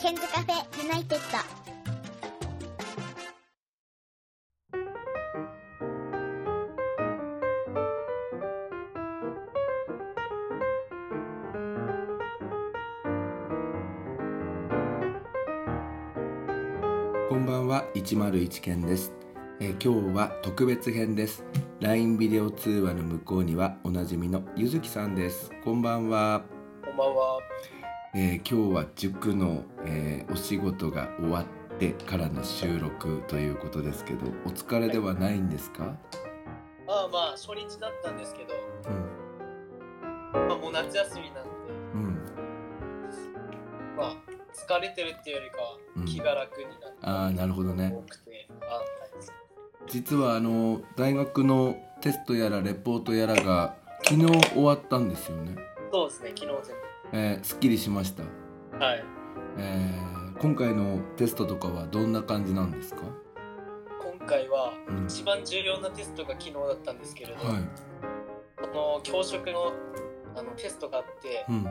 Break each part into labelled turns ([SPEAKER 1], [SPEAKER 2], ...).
[SPEAKER 1] ケンズカフェユナイテッド。
[SPEAKER 2] こんばんは101件です、えー今日は特別編です LINE ビデオ通話の向こうにはおなじみのゆずきさんですこんばんは、
[SPEAKER 3] こんばんは。
[SPEAKER 2] えー今日は塾の、えーお仕事が終わってからの収録ということですけどお疲れではないんですか、
[SPEAKER 3] まあまあ、初日だったんですけど、
[SPEAKER 2] うん
[SPEAKER 3] まあ、もう夏休みなんで、
[SPEAKER 2] うん、
[SPEAKER 3] まあ、疲れてるっていうよりか
[SPEAKER 2] うん
[SPEAKER 3] は、気が楽になる。
[SPEAKER 2] ああなるほどね
[SPEAKER 3] 多くて、あったです。
[SPEAKER 2] 実はあの大学のテストやらレポートやらが昨日終わったんですよね、
[SPEAKER 3] そうですね、昨日全
[SPEAKER 2] えーすっきりしました
[SPEAKER 3] 部。はい。
[SPEAKER 2] えー今回のテストとかはどんな感じなんですか、
[SPEAKER 3] 今回は、
[SPEAKER 2] うん
[SPEAKER 3] 一番重要なテストが昨日だったんですけれど、
[SPEAKER 2] はい、
[SPEAKER 3] その教職のあのテストがあって、
[SPEAKER 2] うん、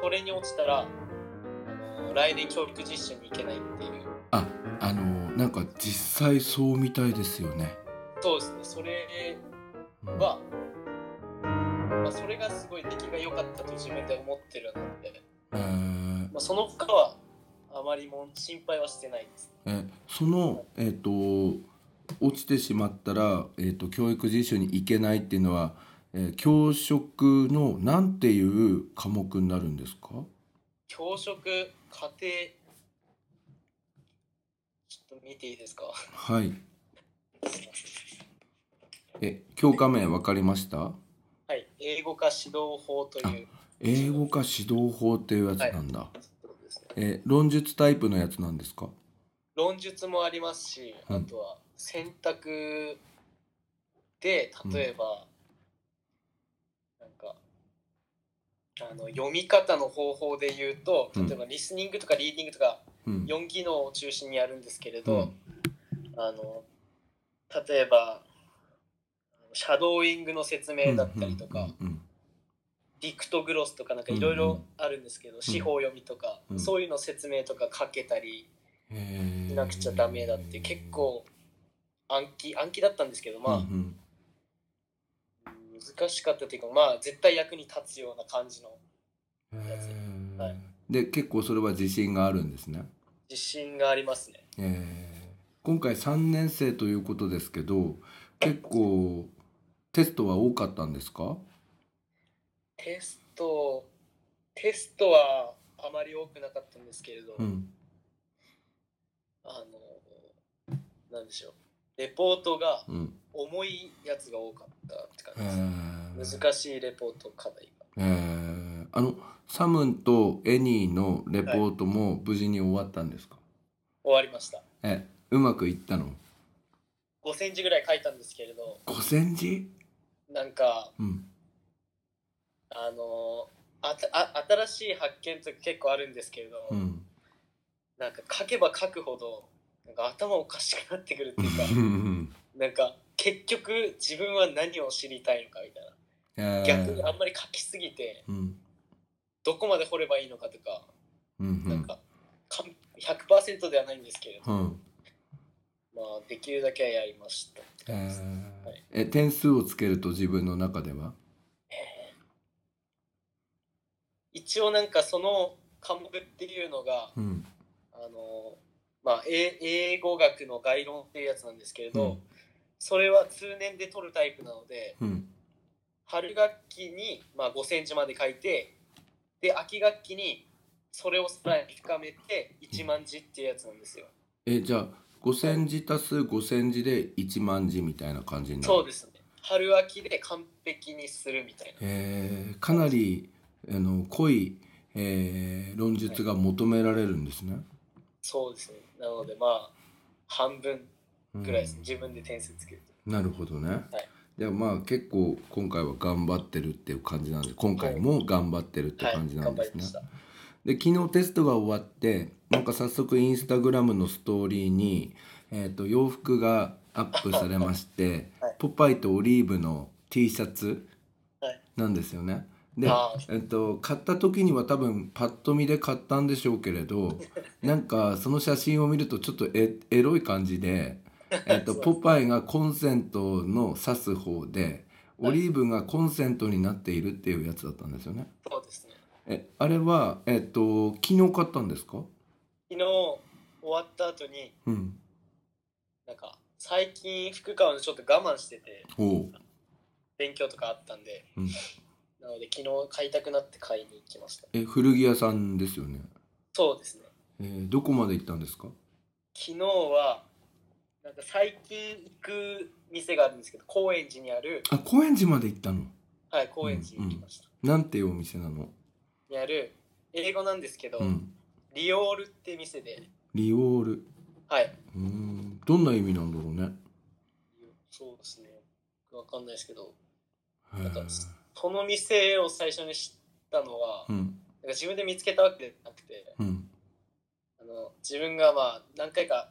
[SPEAKER 3] これに落ちたら、あの来年教育実習に行けないっていう。
[SPEAKER 2] ああのーなんか実際そうみたいですよね、
[SPEAKER 3] そうですね、それ
[SPEAKER 2] うん
[SPEAKER 3] は、まあ、それがすごい出来が良かったと自分で思ってるので、
[SPEAKER 2] えー
[SPEAKER 3] まあ、その他はあまりも心配はしてないです。
[SPEAKER 2] えそのえっ、と落ちてしまったら、えー、と教育実習に行けないっていうのは、えー教職のなんていう科目になるんですか
[SPEAKER 3] 教職、家庭、ちょっと見ていい ですか
[SPEAKER 2] はいえ教科名わかりました
[SPEAKER 3] はい、英語科指導法という
[SPEAKER 2] 英語科指導法っていうやつなんだ、
[SPEAKER 3] そうですね、
[SPEAKER 2] えー論述タイプのやつなんですか
[SPEAKER 3] 論述もありますし、
[SPEAKER 2] うん
[SPEAKER 3] あとは選択で、例えば、なんか、あの読み方の方法で言うと、
[SPEAKER 2] うん
[SPEAKER 3] 例えばリスニングとかリーディングとか
[SPEAKER 2] うん
[SPEAKER 3] 4技能を中心にやるんですけれ
[SPEAKER 2] う
[SPEAKER 3] ど、
[SPEAKER 2] ん
[SPEAKER 3] あの例えばシャドーイングの説明だったりとか、
[SPEAKER 2] うんうん
[SPEAKER 3] ディクトグロスとかなんかいろいろあるんですけど、四方読みとか、
[SPEAKER 2] うん
[SPEAKER 3] そういうの説明とか書けたり
[SPEAKER 2] うんうん
[SPEAKER 3] しなくちゃダメだって、結構暗記暗記だったんですけどまあ、
[SPEAKER 2] うん
[SPEAKER 3] 難しかったというかまあ絶対役に立つような感じの
[SPEAKER 2] うん
[SPEAKER 3] やつ
[SPEAKER 2] へー
[SPEAKER 3] はい
[SPEAKER 2] で結構それは自信があるんですね、
[SPEAKER 3] 自信がありますね。
[SPEAKER 2] えー今回3年生ということですけど結構テストは多かったんですか
[SPEAKER 3] テストテストはあまり多くなかったんですけれど、
[SPEAKER 2] うん
[SPEAKER 3] あのなんでしょうレポートが
[SPEAKER 2] うん
[SPEAKER 3] 重いやつが多かったって感
[SPEAKER 2] え
[SPEAKER 3] じです、
[SPEAKER 2] ー
[SPEAKER 3] 難しいレポート課題が
[SPEAKER 2] えーあのサムンとエニーのレポートも無事に終わったんですか、
[SPEAKER 3] 終わりました
[SPEAKER 2] えうまくいったの
[SPEAKER 3] 5センチぐらい書いたんですけれど
[SPEAKER 2] 5センチ
[SPEAKER 3] なんか
[SPEAKER 2] うん
[SPEAKER 3] あのあたあ新しい発見とか結構あるんですけれど、
[SPEAKER 2] うん
[SPEAKER 3] なんか書けば書くほどなんか頭おかしくなってくるっていうかなんか結局自分は何を知りたいのかみたいな逆にあんまり書きすぎて
[SPEAKER 2] うん
[SPEAKER 3] どこまで掘ればいいのかとか
[SPEAKER 2] うんう
[SPEAKER 3] なん
[SPEAKER 2] ん
[SPEAKER 3] かかん100%ではないんですけれど、
[SPEAKER 2] うん
[SPEAKER 3] まあ、できるだけはやりましたって感じですはい
[SPEAKER 2] え点数をつけると自分の中では
[SPEAKER 3] 一応なんかその科目っていうのが
[SPEAKER 2] うん
[SPEAKER 3] あの、まあ、英英語学の概論っていうやつなんですけれど、
[SPEAKER 2] うん
[SPEAKER 3] それは通年で取るタイプなので
[SPEAKER 2] うん
[SPEAKER 3] 春学期に、まあ、5センチまで書いてで秋学期にそれをさらに深めて1万字っていうやつなんですよ。
[SPEAKER 2] えじゃあ5センチ足す5センチで1万字みたいな感じになる
[SPEAKER 3] そうですね春秋で完璧にするみたいな。
[SPEAKER 2] えーかなりあの濃い、えー論述が求められるんですね、
[SPEAKER 3] そうですね。なのでまあ半分
[SPEAKER 2] うん
[SPEAKER 3] ぐらいですね。自分で点数つけると。
[SPEAKER 2] なるほどね、
[SPEAKER 3] はい
[SPEAKER 2] でまあ結構今回は頑張ってるっていう感じなんで今回も頑張ってるって
[SPEAKER 3] はい、
[SPEAKER 2] 感じな
[SPEAKER 3] 頑
[SPEAKER 2] んで
[SPEAKER 3] 張り
[SPEAKER 2] す
[SPEAKER 3] ま
[SPEAKER 2] ね、
[SPEAKER 3] した。
[SPEAKER 2] で昨日テストが終わってなんか早速インスタグラムのストーリーに、えー、と洋服がアップされまして、
[SPEAKER 3] はい
[SPEAKER 2] ポパイとオリーブの T シャツなんですよね。で
[SPEAKER 3] ああ、
[SPEAKER 2] えっと、買った時には多分パッと見で買ったんでしょうけれ どなんかその写真を見るとちょっとエエロい感じで、えっと、
[SPEAKER 3] そう
[SPEAKER 2] ポパイがコンセントの挿す方でオリーブがコンセントになっているっていうやつだったんですよね。
[SPEAKER 3] そうですね。
[SPEAKER 2] えあれは、えっと、昨日買ったんですか、
[SPEAKER 3] 昨日終わった後に、
[SPEAKER 2] うん、
[SPEAKER 3] なんか最近服買うのちょっと我慢してて、
[SPEAKER 2] おう
[SPEAKER 3] 勉強とかあったんで、
[SPEAKER 2] うん
[SPEAKER 3] なので昨日買いたくなって買いに行きました。
[SPEAKER 2] え古着屋さんですよね。
[SPEAKER 3] そうですね。
[SPEAKER 2] えーどこまで行ったんですか
[SPEAKER 3] 昨日は、なんか最近行く店があるんですけど、高円寺にある、
[SPEAKER 2] あ高円寺まで行ったの
[SPEAKER 3] はい、高円寺に行きました。
[SPEAKER 2] なんていうお店なの、
[SPEAKER 3] にある、英語なんですけど、
[SPEAKER 2] うん、
[SPEAKER 3] リオールって店で、
[SPEAKER 2] リオール
[SPEAKER 3] はい、
[SPEAKER 2] うーんどんな意味なんだろうね
[SPEAKER 3] そうですね。わかんないですけど、
[SPEAKER 2] へー
[SPEAKER 3] なんかその店を最初に知ったのは、
[SPEAKER 2] う
[SPEAKER 3] なんか
[SPEAKER 2] ん
[SPEAKER 3] 自分で見つけたわけじゃなくて、
[SPEAKER 2] うん
[SPEAKER 3] あの自分がまあ何回か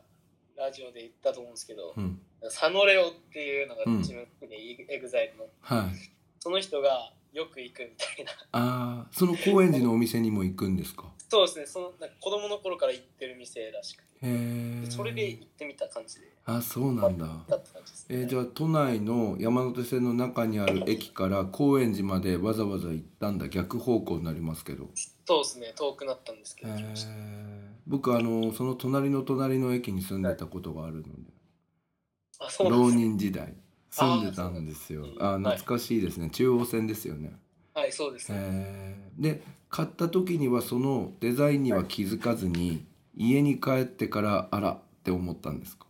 [SPEAKER 3] ラジオで言ったと思うんですけど、
[SPEAKER 2] うん
[SPEAKER 3] サノレオっていうのが
[SPEAKER 2] うん
[SPEAKER 3] 自分好きで、エグザイルの、
[SPEAKER 2] はい
[SPEAKER 3] その人がよく行くみたいな、
[SPEAKER 2] あーその高円寺のお店にも行くんですか
[SPEAKER 3] そうですね、そのなんか子供の頃から行ってる店らしくて、
[SPEAKER 2] へえ
[SPEAKER 3] それで行ってみた感じで、
[SPEAKER 2] あそうなんだ
[SPEAKER 3] だった感じですね。
[SPEAKER 2] えーじゃあ都内の山手線の中にある駅から高円寺までわざわざ行ったんだ逆方向になりますけど
[SPEAKER 3] そうですね、遠くなったんですけ
[SPEAKER 2] へ
[SPEAKER 3] ど、
[SPEAKER 2] え僕あのその隣の隣の駅に住んでたことがあるので
[SPEAKER 3] あ、そうなん
[SPEAKER 2] 浪
[SPEAKER 3] ですね。
[SPEAKER 2] 人時代住んでたんですよ
[SPEAKER 3] あーそう
[SPEAKER 2] あ
[SPEAKER 3] な
[SPEAKER 2] ー
[SPEAKER 3] んですね
[SPEAKER 2] 懐かしいですね、中央線ですよね
[SPEAKER 3] はい、そうですね。
[SPEAKER 2] へーで買った時にはそのデザインには気づかずに家に帰ってからあらって思ったんですか、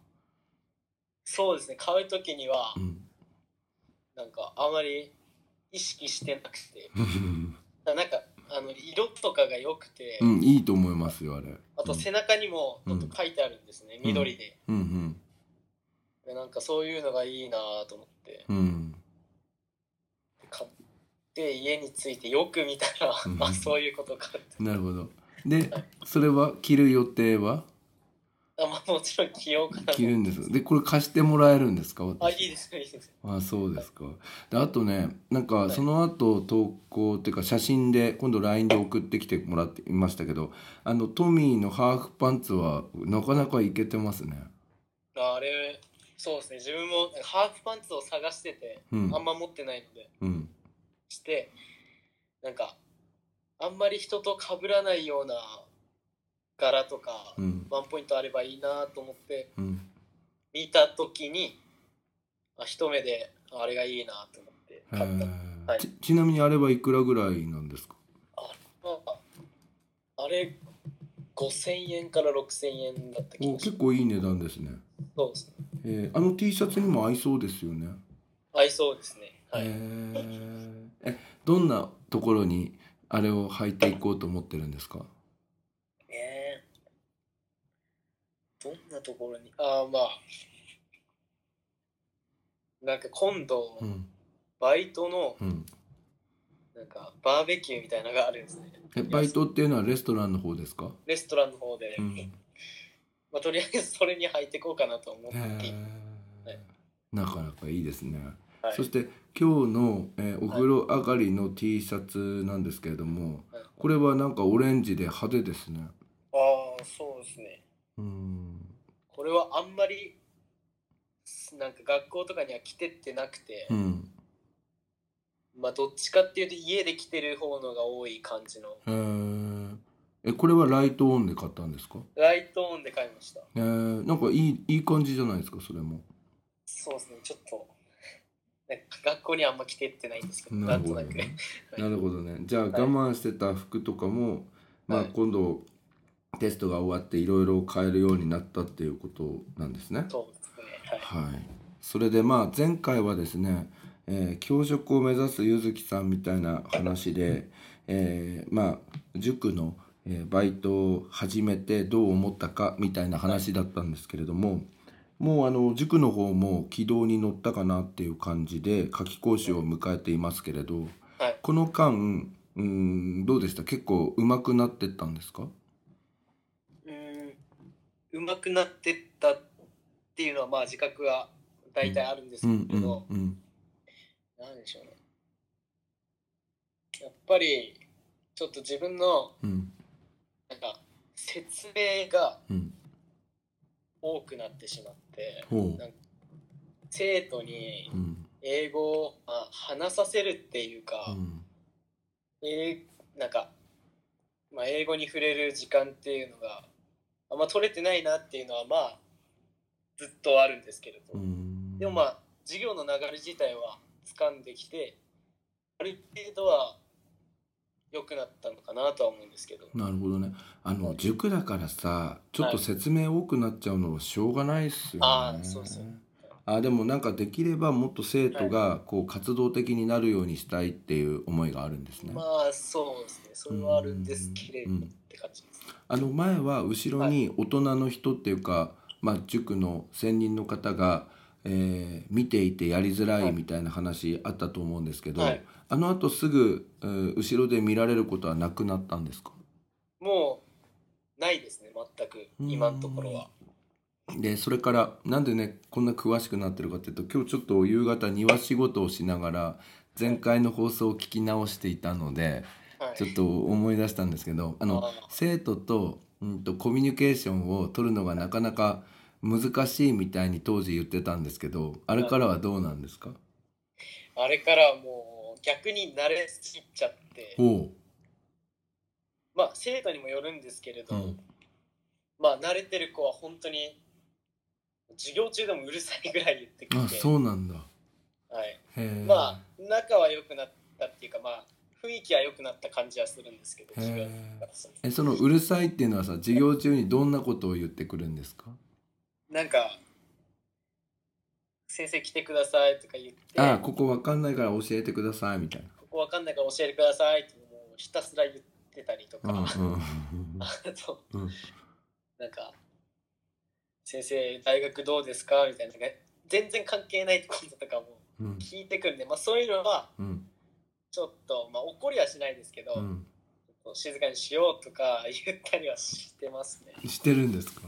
[SPEAKER 3] そうですね、買う時には
[SPEAKER 2] う、ん、
[SPEAKER 3] なんかあまり意識してなくて、だからなんかあの色とかが良くて、
[SPEAKER 2] うんいいと思いますよあれ
[SPEAKER 3] あと背中にもちょっと書いてあるんですね、
[SPEAKER 2] ん
[SPEAKER 3] 緑で。
[SPEAKER 2] うん
[SPEAKER 3] でなんかそういうのがいいなぁと思って
[SPEAKER 2] うんうん
[SPEAKER 3] 買って家に着いてよく見たら、
[SPEAKER 2] うん
[SPEAKER 3] あそういうことかって
[SPEAKER 2] なるほどでそれは着る予定は
[SPEAKER 3] あ、まあ、もちろん着ようかな
[SPEAKER 2] 着るんですでこれ貸してもらえるんですか
[SPEAKER 3] あ
[SPEAKER 2] 私
[SPEAKER 3] いいですねいいですね
[SPEAKER 2] あそうですかであとねなんか
[SPEAKER 3] い
[SPEAKER 2] その後投稿っていうか写真で今度 LINE で送ってきてもらっていましたけどあのトミーのハーフパンツはなかなかいけてますね
[SPEAKER 3] ああれそうですね自分もハーフパンツを探してて、
[SPEAKER 2] うん
[SPEAKER 3] あんま持ってないので
[SPEAKER 2] うん
[SPEAKER 3] してなんかあんまり人と被らないような柄とか、
[SPEAKER 2] うん
[SPEAKER 3] ワンポイントあればいいなと思って
[SPEAKER 2] うん
[SPEAKER 3] 見た時にあ一目でああれがいいなと思って
[SPEAKER 2] へ
[SPEAKER 3] 買った、
[SPEAKER 2] ー
[SPEAKER 3] はい
[SPEAKER 2] ちちなみにあれはいくらぐらいなんですか
[SPEAKER 3] まあ、あれ5000円から6000円だった気
[SPEAKER 2] お
[SPEAKER 3] がし
[SPEAKER 2] 結
[SPEAKER 3] ます
[SPEAKER 2] 構いい値段ですね、
[SPEAKER 3] そうですね
[SPEAKER 2] えーあの T シャツにも合いそうですよね
[SPEAKER 3] 合いそうですねはい、
[SPEAKER 2] へーえどんなところにあれを履いていこうと思ってるんですか
[SPEAKER 3] ねえどんなところにああまあなんか今度
[SPEAKER 2] うん
[SPEAKER 3] バイトの
[SPEAKER 2] うん
[SPEAKER 3] なんかバーベキューみたいなのがあるんですね
[SPEAKER 2] えバイトっていうのはレストランの方ですか
[SPEAKER 3] レストランの方で、
[SPEAKER 2] うん
[SPEAKER 3] まあ、とりあえずそれに入っていこうかなと思って、
[SPEAKER 2] へーなかなかいいですね、
[SPEAKER 3] はい
[SPEAKER 2] そして今日の、えーお風呂上がりの T シャツなんですけれども、
[SPEAKER 3] はい
[SPEAKER 2] これはなんかオレンジで派手ですね
[SPEAKER 3] ああそうですね
[SPEAKER 2] うん
[SPEAKER 3] これはあんまりなんか学校とかには着てってなくて、
[SPEAKER 2] うん
[SPEAKER 3] まあどっちかっていうと家で着てる方のが多い感じの
[SPEAKER 2] へーえこれはライトオンで買ったんですか
[SPEAKER 3] ライトオンで買いました
[SPEAKER 2] えー、なんかいいいい感じじゃないですかそれも
[SPEAKER 3] そうですねちょっとなんか学校にはあんま着てってないんですけど
[SPEAKER 2] な
[SPEAKER 3] な
[SPEAKER 2] る
[SPEAKER 3] ん
[SPEAKER 2] ほ
[SPEAKER 3] と
[SPEAKER 2] ど
[SPEAKER 3] なく
[SPEAKER 2] ね
[SPEAKER 3] はい
[SPEAKER 2] なるほどねじゃあ我慢してた服とかも、まあ
[SPEAKER 3] はい
[SPEAKER 2] 今度テストが終わっていろいろ買えるようになったっていうことなんですね
[SPEAKER 3] そうですねはい
[SPEAKER 2] はい、それでまあ前回はですね、えー教職を目指す柚月さんみたいな話で、えーまあ塾の、えーバイトを始めてどう思ったかみたいな話だったんですけれどももうあの塾の方も軌道に乗ったかなっていう感じで夏期講習を迎えていますけれど、
[SPEAKER 3] はい
[SPEAKER 2] この間うんどうでした結構上手くなってったんですか
[SPEAKER 3] うーんうまくなってったっていうのはまあ自覚は大体あるんです
[SPEAKER 2] うん
[SPEAKER 3] け
[SPEAKER 2] う
[SPEAKER 3] ど、
[SPEAKER 2] んうん
[SPEAKER 3] なんでしょうね。やっぱりちょっと自分の
[SPEAKER 2] うん
[SPEAKER 3] なんか説明が
[SPEAKER 2] うん
[SPEAKER 3] 多くなってしまって
[SPEAKER 2] ほう
[SPEAKER 3] 生徒に
[SPEAKER 2] うん
[SPEAKER 3] 英語を、まあ、話させるっていう
[SPEAKER 2] う
[SPEAKER 3] か、
[SPEAKER 2] ん
[SPEAKER 3] えーなんか、まあ、英語に触れる時間っていうのがあんま取れてないなっていうのはまあずっとあるんですけれど、
[SPEAKER 2] うん
[SPEAKER 3] でもまあ授業の流れ自体は掴んできてある程度は良くなったのかなとは思うんですけど
[SPEAKER 2] なるほどねあの
[SPEAKER 3] はい
[SPEAKER 2] 塾だからさちょっと説明多くなっちゃうのはしょうがないっすよね、
[SPEAKER 3] あーそうそう
[SPEAKER 2] あでもなんかできればもっと生徒がこう活動的になるようにしたいっていう思いがあるんですね、
[SPEAKER 3] まあそうですねそれはあるんですけれど
[SPEAKER 2] う
[SPEAKER 3] っ
[SPEAKER 2] ん
[SPEAKER 3] て感じです
[SPEAKER 2] あの前は後ろに大人の人っていうか、まあ、塾の専任の方が、えー見ていてやりづらいみたいな話あったと思うんですけど、
[SPEAKER 3] はい
[SPEAKER 2] あのあとすぐ、えー後ろで見られることはなくなったんですか
[SPEAKER 3] もうないですね全く今のところは
[SPEAKER 2] でそれからなんでねこんな詳しくなってるかっていうと今日ちょっと夕方庭仕事をしながら前回の放送を聞き直していたので
[SPEAKER 3] はい
[SPEAKER 2] ちょっと思い出したんですけどあの
[SPEAKER 3] あー
[SPEAKER 2] 生徒と,、うん、とコミュニケーションを取るのがなかなか難しいみたいに当時言ってたんですけどあれからはどうなんですか
[SPEAKER 3] あれからはもう逆に慣れすぎちゃって
[SPEAKER 2] おう、
[SPEAKER 3] まあ生徒にもよるんですけれ
[SPEAKER 2] う
[SPEAKER 3] ど、
[SPEAKER 2] ん、
[SPEAKER 3] まあ慣れてる子は本当に授業中でもうるさいぐらい言ってきて
[SPEAKER 2] あそうなんだ
[SPEAKER 3] はい、
[SPEAKER 2] へえ、
[SPEAKER 3] まあ仲は良くなったっていうかまあ雰囲気は良くなった感じはするんですけど
[SPEAKER 2] へー
[SPEAKER 3] 授業からすると
[SPEAKER 2] えそのうるさいっていうのはさ授業中にどんなことを言ってくるんですか
[SPEAKER 3] なんか「先生来てください」とか言って
[SPEAKER 2] ああここわかんないから教えてくださいみたいな。
[SPEAKER 3] ここわかんないから教えてください」ってもうひたすら言ってたりと
[SPEAKER 2] うん
[SPEAKER 3] か、
[SPEAKER 2] うん
[SPEAKER 3] あ と
[SPEAKER 2] うんうん
[SPEAKER 3] なんか「先生大学どうですか?」みたいなね全然関係ないこととかも
[SPEAKER 2] うん
[SPEAKER 3] 聞いてくるんで、まあ、そういうのは
[SPEAKER 2] うん
[SPEAKER 3] ちょっと、まあ、怒りはしないですけど、
[SPEAKER 2] うん
[SPEAKER 3] 静かにしようとか 言ったりはしてますね
[SPEAKER 2] してるんですか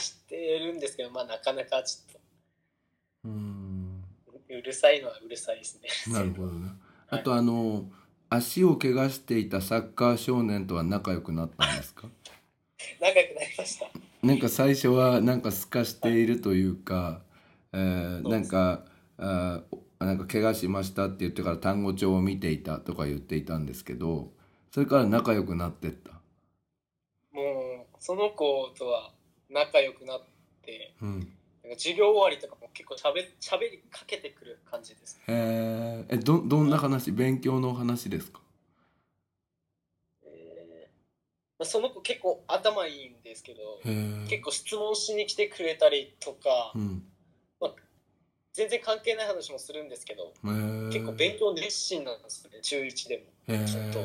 [SPEAKER 3] してるんですけどまあなかなかちょっ
[SPEAKER 2] うーん
[SPEAKER 3] とうるさいのはうるさいですね
[SPEAKER 2] なるほどね。
[SPEAKER 3] は
[SPEAKER 2] あ
[SPEAKER 3] い
[SPEAKER 2] とあの足を怪我していたサッカー少年とは仲良くなったんですか？
[SPEAKER 3] 仲良くなりました
[SPEAKER 2] なんか最初はなんか透かしているというか、えーなんかあーおなんか怪我しましたって言ってから単語帳を見ていたとか言っていたんですけど、それから仲良くなってった。
[SPEAKER 3] もうその子とは仲良くなって
[SPEAKER 2] うん。
[SPEAKER 3] なんか授業終わりとかも結構しゃべしゃべりかけてくる感じです
[SPEAKER 2] えー、えどどんな話？勉強の話ですか？
[SPEAKER 3] えーまあ、その子結構頭いいんですけど
[SPEAKER 2] へー
[SPEAKER 3] 結構質問しに来てくれたりとか
[SPEAKER 2] うん。
[SPEAKER 3] 全然関係ない話もするんですけど
[SPEAKER 2] えー、
[SPEAKER 3] 結構勉強熱心なんですね中1でも
[SPEAKER 2] へー
[SPEAKER 3] ちょっと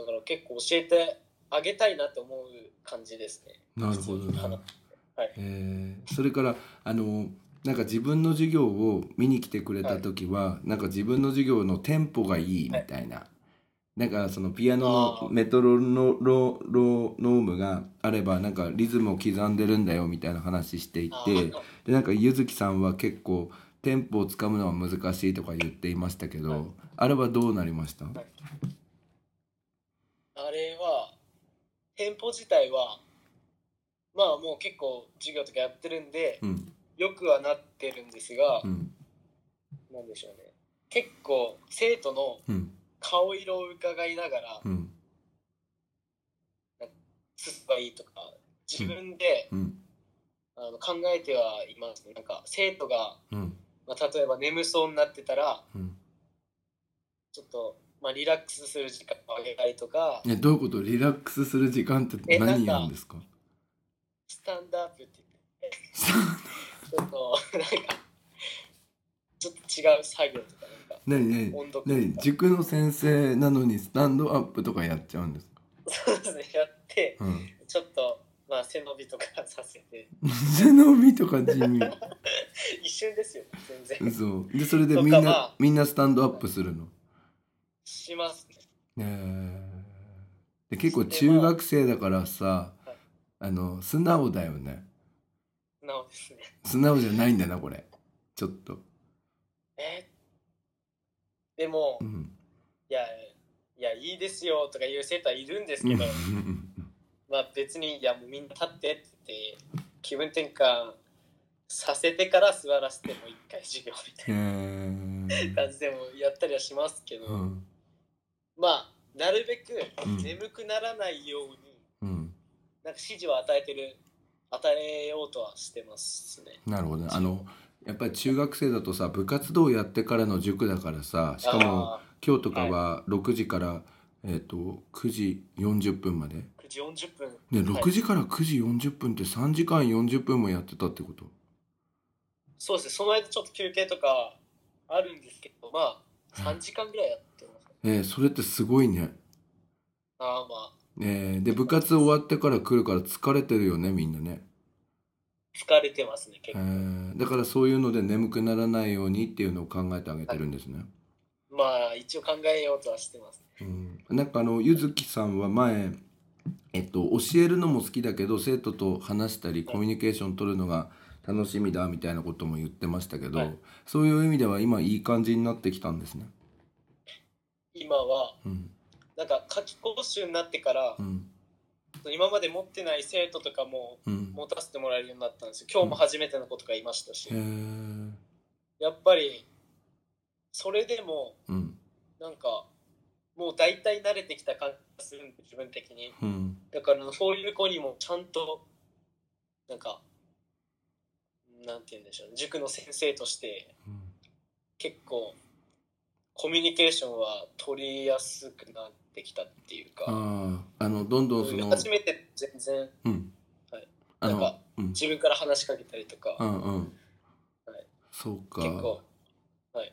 [SPEAKER 3] だから結構教えてあげたいなって思う感じですね
[SPEAKER 2] なるほど
[SPEAKER 3] 普通に
[SPEAKER 2] ね
[SPEAKER 3] 話。はい
[SPEAKER 2] えーそれからあのなんか自分の授業を見に来てくれた時は、なんか自分の授業のテンポがいいみたいな、なんかそのピアノ
[SPEAKER 3] あ
[SPEAKER 2] の
[SPEAKER 3] ー
[SPEAKER 2] メトロノロロノームがあればなんかリズムを刻んでるんだよみたいな話してい
[SPEAKER 3] あ
[SPEAKER 2] て
[SPEAKER 3] ー
[SPEAKER 2] でなんか柚木さんは結構テンポをつかむのは難しいとか言っていましたけど、
[SPEAKER 3] はい
[SPEAKER 2] あれはどうなりました、
[SPEAKER 3] はいあれは店舗自体はまあもう結構授業とかやってるんで
[SPEAKER 2] うん
[SPEAKER 3] よくはなってるんですが
[SPEAKER 2] うん
[SPEAKER 3] なんでしょうね結構生徒の
[SPEAKER 2] うん
[SPEAKER 3] 顔色を伺いながら
[SPEAKER 2] うん
[SPEAKER 3] すればいいとか自分で
[SPEAKER 2] うん
[SPEAKER 3] あの考えてはいますねなんか生徒が、
[SPEAKER 2] うん
[SPEAKER 3] まあ、例えば眠そうになってたら
[SPEAKER 2] うん
[SPEAKER 3] ちょっと、まあ、リラックスする時間をあげたりとか
[SPEAKER 2] えどういうことリラックスする時間って
[SPEAKER 3] えなんか
[SPEAKER 2] 何やるんですか
[SPEAKER 3] スタンドアップって言って、ちょっと、なんか、ちょっと違う作業とか、なんか、
[SPEAKER 2] 何何
[SPEAKER 3] 音読とか、
[SPEAKER 2] 何塾の先生なのにスタンドアップとかやっちゃうんですか、
[SPEAKER 3] そうですね、 やって、
[SPEAKER 2] うん、
[SPEAKER 3] ちょっと、まあ、背伸びとかさせて、
[SPEAKER 2] 背伸びとか地味
[SPEAKER 3] 一瞬ですよ、全然。
[SPEAKER 2] 嘘でそれで
[SPEAKER 3] とか
[SPEAKER 2] みんな、
[SPEAKER 3] まあ
[SPEAKER 2] みんなスタンドアップするの、
[SPEAKER 3] しますね。
[SPEAKER 2] えーで結構中学生だからさ
[SPEAKER 3] はい
[SPEAKER 2] あの素直だよね
[SPEAKER 3] なおですね。
[SPEAKER 2] 素直じゃないんだなこれちょっと
[SPEAKER 3] えでも
[SPEAKER 2] う、ん
[SPEAKER 3] いや、いや、いいですよとか言う生徒はいるんですけど、まあ別に、いや、もうみんな立ってって言って、気分転換させてから座らせても一回授業みたいな感じでもやったりはしますけど、まあ、なるべく
[SPEAKER 2] うん
[SPEAKER 3] 眠くならないように、なんか指示を与えてる、与えようとはしてますね。
[SPEAKER 2] なるほどねあのやっぱり中学生だとさ部活動やってからの塾だからさしかも
[SPEAKER 3] あ
[SPEAKER 2] 今日とかは6時から、えっ、と9時40分まで
[SPEAKER 3] ー9時40分。
[SPEAKER 2] で
[SPEAKER 3] はい
[SPEAKER 2] 6時から9時40分って3時間40分もやってたってこと
[SPEAKER 3] そうですね、その間ちょっと休憩とかあるんですけど、まあ、
[SPEAKER 2] はい
[SPEAKER 3] 3時間ぐらいやってます。
[SPEAKER 2] えーそれってすごいね
[SPEAKER 3] ああ、まあ、
[SPEAKER 2] えーで部活終わってから来るから疲れてるよねみんなね、
[SPEAKER 3] 疲れてますね、
[SPEAKER 2] え
[SPEAKER 3] 結構。
[SPEAKER 2] ーだからそういうので眠くならないようにっていうのを考えてあげてるんですね、
[SPEAKER 3] まあ、一応考えようとはしてます。
[SPEAKER 2] うん、なんかあのゆずきさんは前えっと教えるのも好きだけど生徒と話したりコミュニケーション取るのが楽しみだみたいなことも言ってましたけど、
[SPEAKER 3] はい
[SPEAKER 2] そういう意味では今いい感じになってきたんですね
[SPEAKER 3] 今は、
[SPEAKER 2] うん
[SPEAKER 3] なんか、夏期講習になってから
[SPEAKER 2] う、ん
[SPEAKER 3] 今まで持ってない生徒とかも
[SPEAKER 2] うん
[SPEAKER 3] 持たせてもらえるようになったんですよ。今日も初めての子とかいましたし
[SPEAKER 2] へ、ー
[SPEAKER 3] やっぱり、それでも、
[SPEAKER 2] うん
[SPEAKER 3] なんか、もう大体慣れてきた感じがするんで、自分的に。
[SPEAKER 2] うん
[SPEAKER 3] だからそういう子にもちゃんとなんかなんて言うんでしょうね塾の先生として
[SPEAKER 2] うん
[SPEAKER 3] 結構コミュニケーションは取りやすくなってきたっていうか
[SPEAKER 2] あああのどんどんその
[SPEAKER 3] 初めて全然
[SPEAKER 2] うん
[SPEAKER 3] はい
[SPEAKER 2] あ
[SPEAKER 3] な
[SPEAKER 2] の
[SPEAKER 3] んか
[SPEAKER 2] うん
[SPEAKER 3] 自分から話しかけたりとか
[SPEAKER 2] うんうん
[SPEAKER 3] はい
[SPEAKER 2] そうか
[SPEAKER 3] 結構はい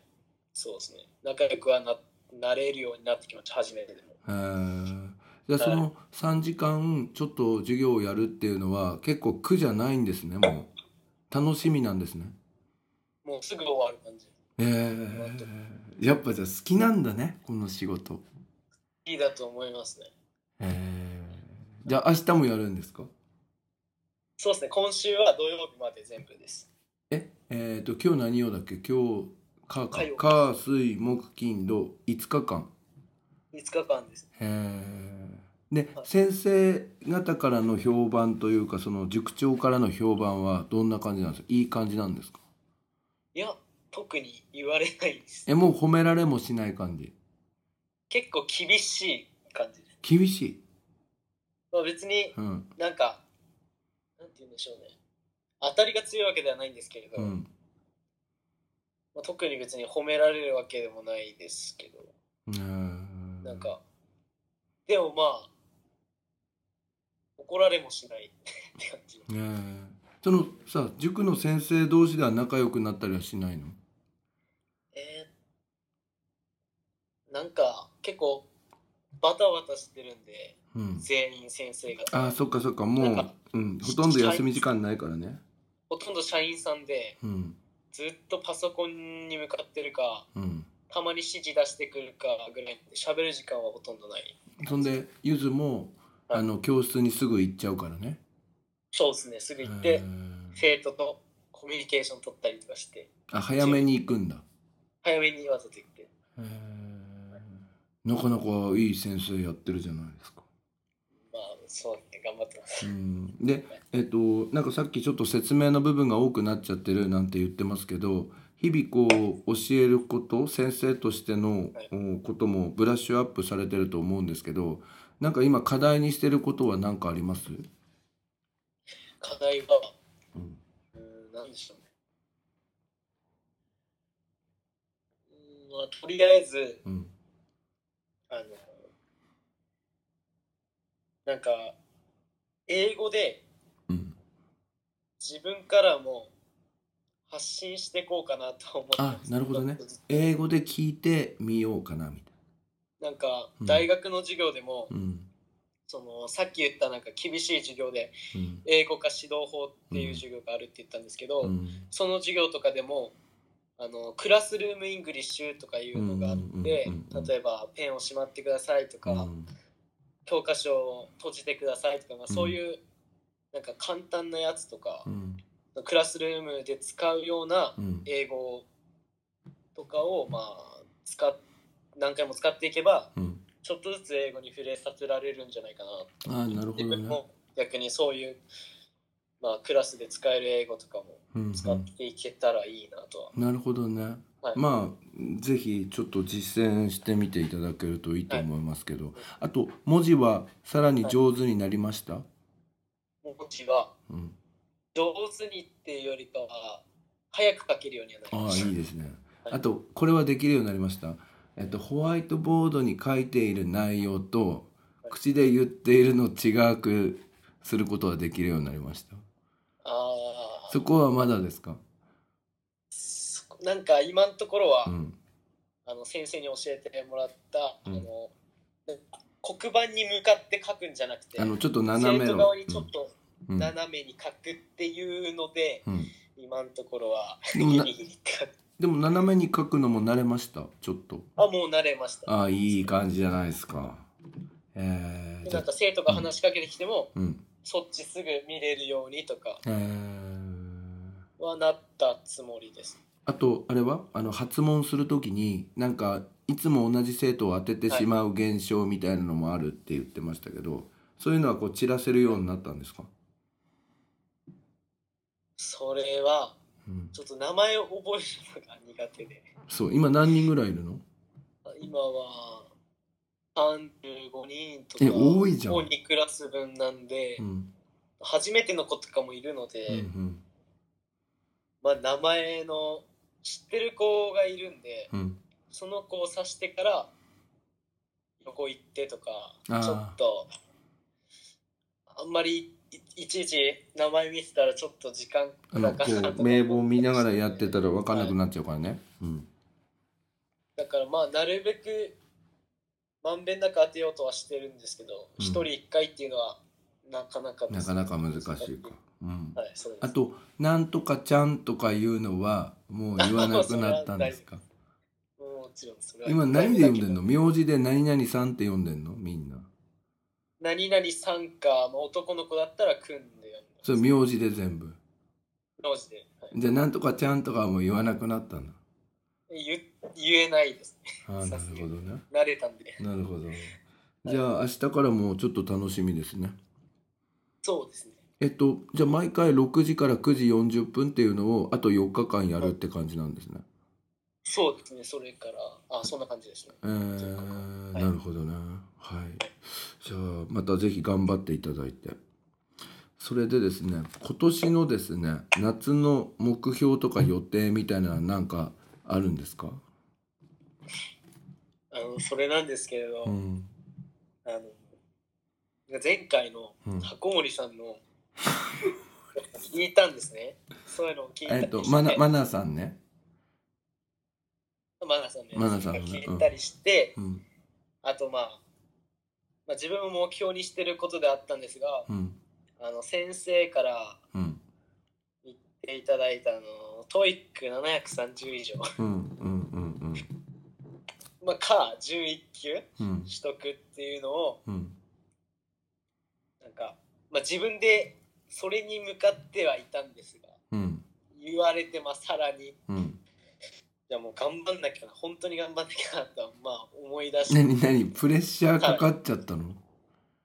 [SPEAKER 3] そうですね仲良くはななれるようになってきました初めてでも
[SPEAKER 2] へーじゃあその3時間ちょっと授業をやるっていうのは結構苦じゃないんですねもう楽しみなんですね
[SPEAKER 3] もうすぐ終わる感じ
[SPEAKER 2] えー、やっぱじゃあ好きなんだねこの仕事
[SPEAKER 3] いいだと思いますね
[SPEAKER 2] えー、じゃあ明日もやるんですか
[SPEAKER 3] そうですね今週は土曜日まで全部です
[SPEAKER 2] ええー、と今日何曜だっけ今日かか
[SPEAKER 3] 火曜
[SPEAKER 2] 火水木金土5日間
[SPEAKER 3] 5日間です
[SPEAKER 2] へえで先生方からの評判というかその塾長からの評判はどんな感じなんですかいい感じなんですか
[SPEAKER 3] いや特に言われないです
[SPEAKER 2] えもう褒められもしない感じ
[SPEAKER 3] 結構厳しい感じです、
[SPEAKER 2] 厳しい、
[SPEAKER 3] まあ、別に
[SPEAKER 2] うん
[SPEAKER 3] なんかなんて言うんでしょうね当たりが強いわけではないんですけれど、
[SPEAKER 2] うん、
[SPEAKER 3] まあ、特に別に褒められるわけでもないですけど
[SPEAKER 2] うん
[SPEAKER 3] なんかでもまあ怒られもしない って感じ
[SPEAKER 2] うんそのさ塾の先生同士では仲良くなったりはしないの
[SPEAKER 3] えー、なんか結構バタバタしてるんで
[SPEAKER 2] うん
[SPEAKER 3] 全員先生が
[SPEAKER 2] あーそっかそっかも
[SPEAKER 3] な
[SPEAKER 2] うん
[SPEAKER 3] か、
[SPEAKER 2] うん、ほとんど休み時間ないからね
[SPEAKER 3] ほとんど社員さんで
[SPEAKER 2] うん
[SPEAKER 3] ずっとパソコンに向かってるか
[SPEAKER 2] うん
[SPEAKER 3] たまに指示出してくるかぐらいで喋る時間はほとんどない
[SPEAKER 2] そんでゆずもあの教室にすぐ行っちゃうからね
[SPEAKER 3] そうですねすぐ行って
[SPEAKER 2] うん
[SPEAKER 3] 生徒とコミュニケーション取ったりとかして
[SPEAKER 2] あ早めに行くんだ
[SPEAKER 3] 早めにわざと行って
[SPEAKER 2] なかなかいい先生やってるじゃないですか
[SPEAKER 3] まあそうですね頑張ってます
[SPEAKER 2] うんでえっとなんかさっきちょっと説明の部分が多くなっちゃってるなんて言ってますけど日々こう教えること先生としての
[SPEAKER 3] はい
[SPEAKER 2] おこともブラッシュアップされてると思うんですけどなんか今課題にしてることは何かあります、
[SPEAKER 3] 課題は
[SPEAKER 2] うん
[SPEAKER 3] うーん何でしょうねうーんまあとりあえず
[SPEAKER 2] うん
[SPEAKER 3] あのなんか英語で
[SPEAKER 2] うん、
[SPEAKER 3] 自分からも発信していこうかなと思ってます
[SPEAKER 2] あなるほどね英語で聞いてみようかなみたい
[SPEAKER 3] なんか
[SPEAKER 2] うん
[SPEAKER 3] 大学の授業でも、
[SPEAKER 2] な。うん
[SPEAKER 3] そのさっき言ったなんか厳しい授業で
[SPEAKER 2] うん
[SPEAKER 3] 英語科指導法っていう授業があるって言ったんですけど、
[SPEAKER 2] うん
[SPEAKER 3] その授業とかでもあのクラスルームイングリッシュとかいうのがあって、
[SPEAKER 2] うんうんうんうん
[SPEAKER 3] 例えばペンをしまってくださいとか、
[SPEAKER 2] うん
[SPEAKER 3] 教科書を閉じてくださいとか、まあ、そういうなんか簡単なやつとか
[SPEAKER 2] う、ん
[SPEAKER 3] クラスルームで使うような
[SPEAKER 2] うん
[SPEAKER 3] 英語とかをまあ使っ何回も使っていけば
[SPEAKER 2] うん
[SPEAKER 3] ちょっとずつ英語に触れさせられるんじゃないかなと
[SPEAKER 2] ああなるほ
[SPEAKER 3] 自
[SPEAKER 2] ど
[SPEAKER 3] 分
[SPEAKER 2] ね
[SPEAKER 3] も逆にそういう、まあ、クラスで使える英語とかも
[SPEAKER 2] うん
[SPEAKER 3] 使っていけたらいいなとは、
[SPEAKER 2] うんなるほどね
[SPEAKER 3] はい
[SPEAKER 2] まあぜひちょっと実践してみていただけるといいと思いますけど、あと文字はさらに上手になりました、
[SPEAKER 3] 文字は
[SPEAKER 2] うん、
[SPEAKER 3] 上手にっていうよりかは早く書けるようにはなり
[SPEAKER 2] あ
[SPEAKER 3] ま
[SPEAKER 2] あ
[SPEAKER 3] した
[SPEAKER 2] いいですね
[SPEAKER 3] はい
[SPEAKER 2] あとこれはできるようになりました、えっと、ホワイトボードに書いている内容と
[SPEAKER 3] はい
[SPEAKER 2] 口で言っているのを違くすることはできるようになりました
[SPEAKER 3] あ
[SPEAKER 2] そこはまだですか、
[SPEAKER 3] あなんか今のところは、
[SPEAKER 2] うん、
[SPEAKER 3] あの先生に教えてもらった、
[SPEAKER 2] うん
[SPEAKER 3] あの黒板に向かって書くんじゃなくて
[SPEAKER 2] あのちょっと斜め
[SPEAKER 3] 生徒
[SPEAKER 2] の
[SPEAKER 3] 側にちょっと
[SPEAKER 2] うんうん
[SPEAKER 3] 斜めに書くっていうので、
[SPEAKER 2] うん
[SPEAKER 3] 今のところは
[SPEAKER 2] で
[SPEAKER 3] ギ
[SPEAKER 2] も
[SPEAKER 3] リ
[SPEAKER 2] な
[SPEAKER 3] ギリって感じ
[SPEAKER 2] でも斜めに書くのも慣れましたちょっと
[SPEAKER 3] あもう慣れました
[SPEAKER 2] ああいい感じじゃないですかえー、
[SPEAKER 3] で
[SPEAKER 2] じ
[SPEAKER 3] な
[SPEAKER 2] ゃ
[SPEAKER 3] んか生徒が話しかけてきても、
[SPEAKER 2] うん
[SPEAKER 3] そっちすぐ見れるようにとか
[SPEAKER 2] えー
[SPEAKER 3] はなったつもりです。
[SPEAKER 2] あとあれはあの発問するときになんかいつも同じ生徒を当ててしまう現象みたいなのもあるって言ってましたけどそういうのはこう散らせるようになったんですか、
[SPEAKER 3] それは
[SPEAKER 2] うん、
[SPEAKER 3] ちょっと名前を覚えるのが苦手で
[SPEAKER 2] そう今何人ぐらいいるの
[SPEAKER 3] 今は35人とか
[SPEAKER 2] え多いじゃん
[SPEAKER 3] もう2クラス分なんで、
[SPEAKER 2] うん
[SPEAKER 3] 初めての子とかもいるので、
[SPEAKER 2] うんうん
[SPEAKER 3] まあ、名前の知ってる子がいるんで
[SPEAKER 2] うん
[SPEAKER 3] その子を指してから横行ってとかち
[SPEAKER 2] あー
[SPEAKER 3] ょっとあんまりいいちいち名前見てたらちょっと時間
[SPEAKER 2] あのこう名簿を見ながらやってたら分かんなくなっちゃうからね、うん
[SPEAKER 3] だからまあなるべくまんべんなく当てようとはしてるんですけど
[SPEAKER 2] うん
[SPEAKER 3] 一、人一回っていうのはなかなか
[SPEAKER 2] なかなか難しいか、うん、
[SPEAKER 3] はいそうです
[SPEAKER 2] あと「なんとかちゃん」とかいうのはもう言わなくなったんですか
[SPEAKER 3] もちろんそれは
[SPEAKER 2] 今何で読んでんの名字で「何々さん」って読んでんのみんな
[SPEAKER 3] 何々さんか、まあ、男の子だったら組んで読んでます
[SPEAKER 2] それ名字で全部
[SPEAKER 3] 名字で、はい
[SPEAKER 2] じゃあ「なんとかちゃん」とかはもう言わなくなったんだ
[SPEAKER 3] 言言えないですね
[SPEAKER 2] ああなるほどね
[SPEAKER 3] 慣れたんで
[SPEAKER 2] なるほどじゃあ明日からもちょっと楽しみですね
[SPEAKER 3] そうですね
[SPEAKER 2] えっとじゃあ毎回6時から9時40分っていうのをあと4日間やるって感じなんですね
[SPEAKER 3] そうですねそれからあそんな感じですね
[SPEAKER 2] えー、なるほどねはいじゃあまたぜひ頑張っていただいてそれでですね今年のですね夏の目標とか予定みたいなのは何かあるんですか、
[SPEAKER 3] あのそれなんですけれど、
[SPEAKER 2] うん、
[SPEAKER 3] あの前回の
[SPEAKER 2] うん
[SPEAKER 3] 箱森さんの、聞いたんですねそういうのを聞いた
[SPEAKER 2] えっ
[SPEAKER 3] り
[SPEAKER 2] と
[SPEAKER 3] して、
[SPEAKER 2] マナマナさんね、
[SPEAKER 3] マナさんのやつ
[SPEAKER 2] マナさんのね
[SPEAKER 3] 聞いたりして、
[SPEAKER 2] うん
[SPEAKER 3] あと、まあ、まあ自分も目標にしてることであったんですが
[SPEAKER 2] うん
[SPEAKER 3] あの先生から
[SPEAKER 2] うん
[SPEAKER 3] 言っていただいたあのトイック730以上
[SPEAKER 2] うんうんうん
[SPEAKER 3] まあか11級
[SPEAKER 2] うん
[SPEAKER 3] 取得っていうのを
[SPEAKER 2] うん
[SPEAKER 3] なんか、まあ、自分でそれに向かってはいたんですが
[SPEAKER 2] うん
[SPEAKER 3] 言われてまあさらに
[SPEAKER 2] うん
[SPEAKER 3] じゃあもう頑張んなきゃな本当に頑張んなきゃなとはまあ思い出して
[SPEAKER 2] 何何プレッシャーかかっちゃったの、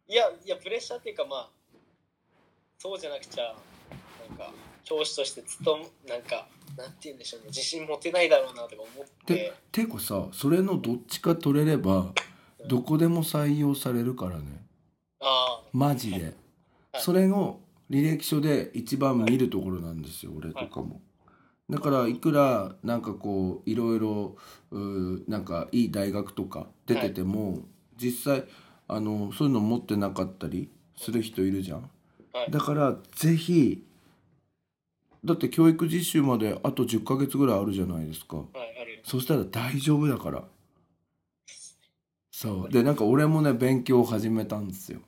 [SPEAKER 3] いやいやプレッシャーっていうかまあそうじゃなくちゃなんか教師として勤むなんかなんて言うんでしょうね自信持てないだろうなとか思って
[SPEAKER 2] ててかさそれのどっちか取れればどこでも採用されるからね、
[SPEAKER 3] ああ
[SPEAKER 2] マジで、
[SPEAKER 3] はい
[SPEAKER 2] それを履歴書で一番見るところなんですよ、俺とかも、だからいくらなんかこういろいろうーなんかいい大学とか出てても、実際あのそういうの持ってなかったりする人いるじゃん、
[SPEAKER 3] はい
[SPEAKER 2] だからぜひだって教育実習まであと10ヶ月ぐらいあるじゃないですか、
[SPEAKER 3] はいある
[SPEAKER 2] そしたら大丈夫だからそうでなんか俺もね勉強を始めたんですよ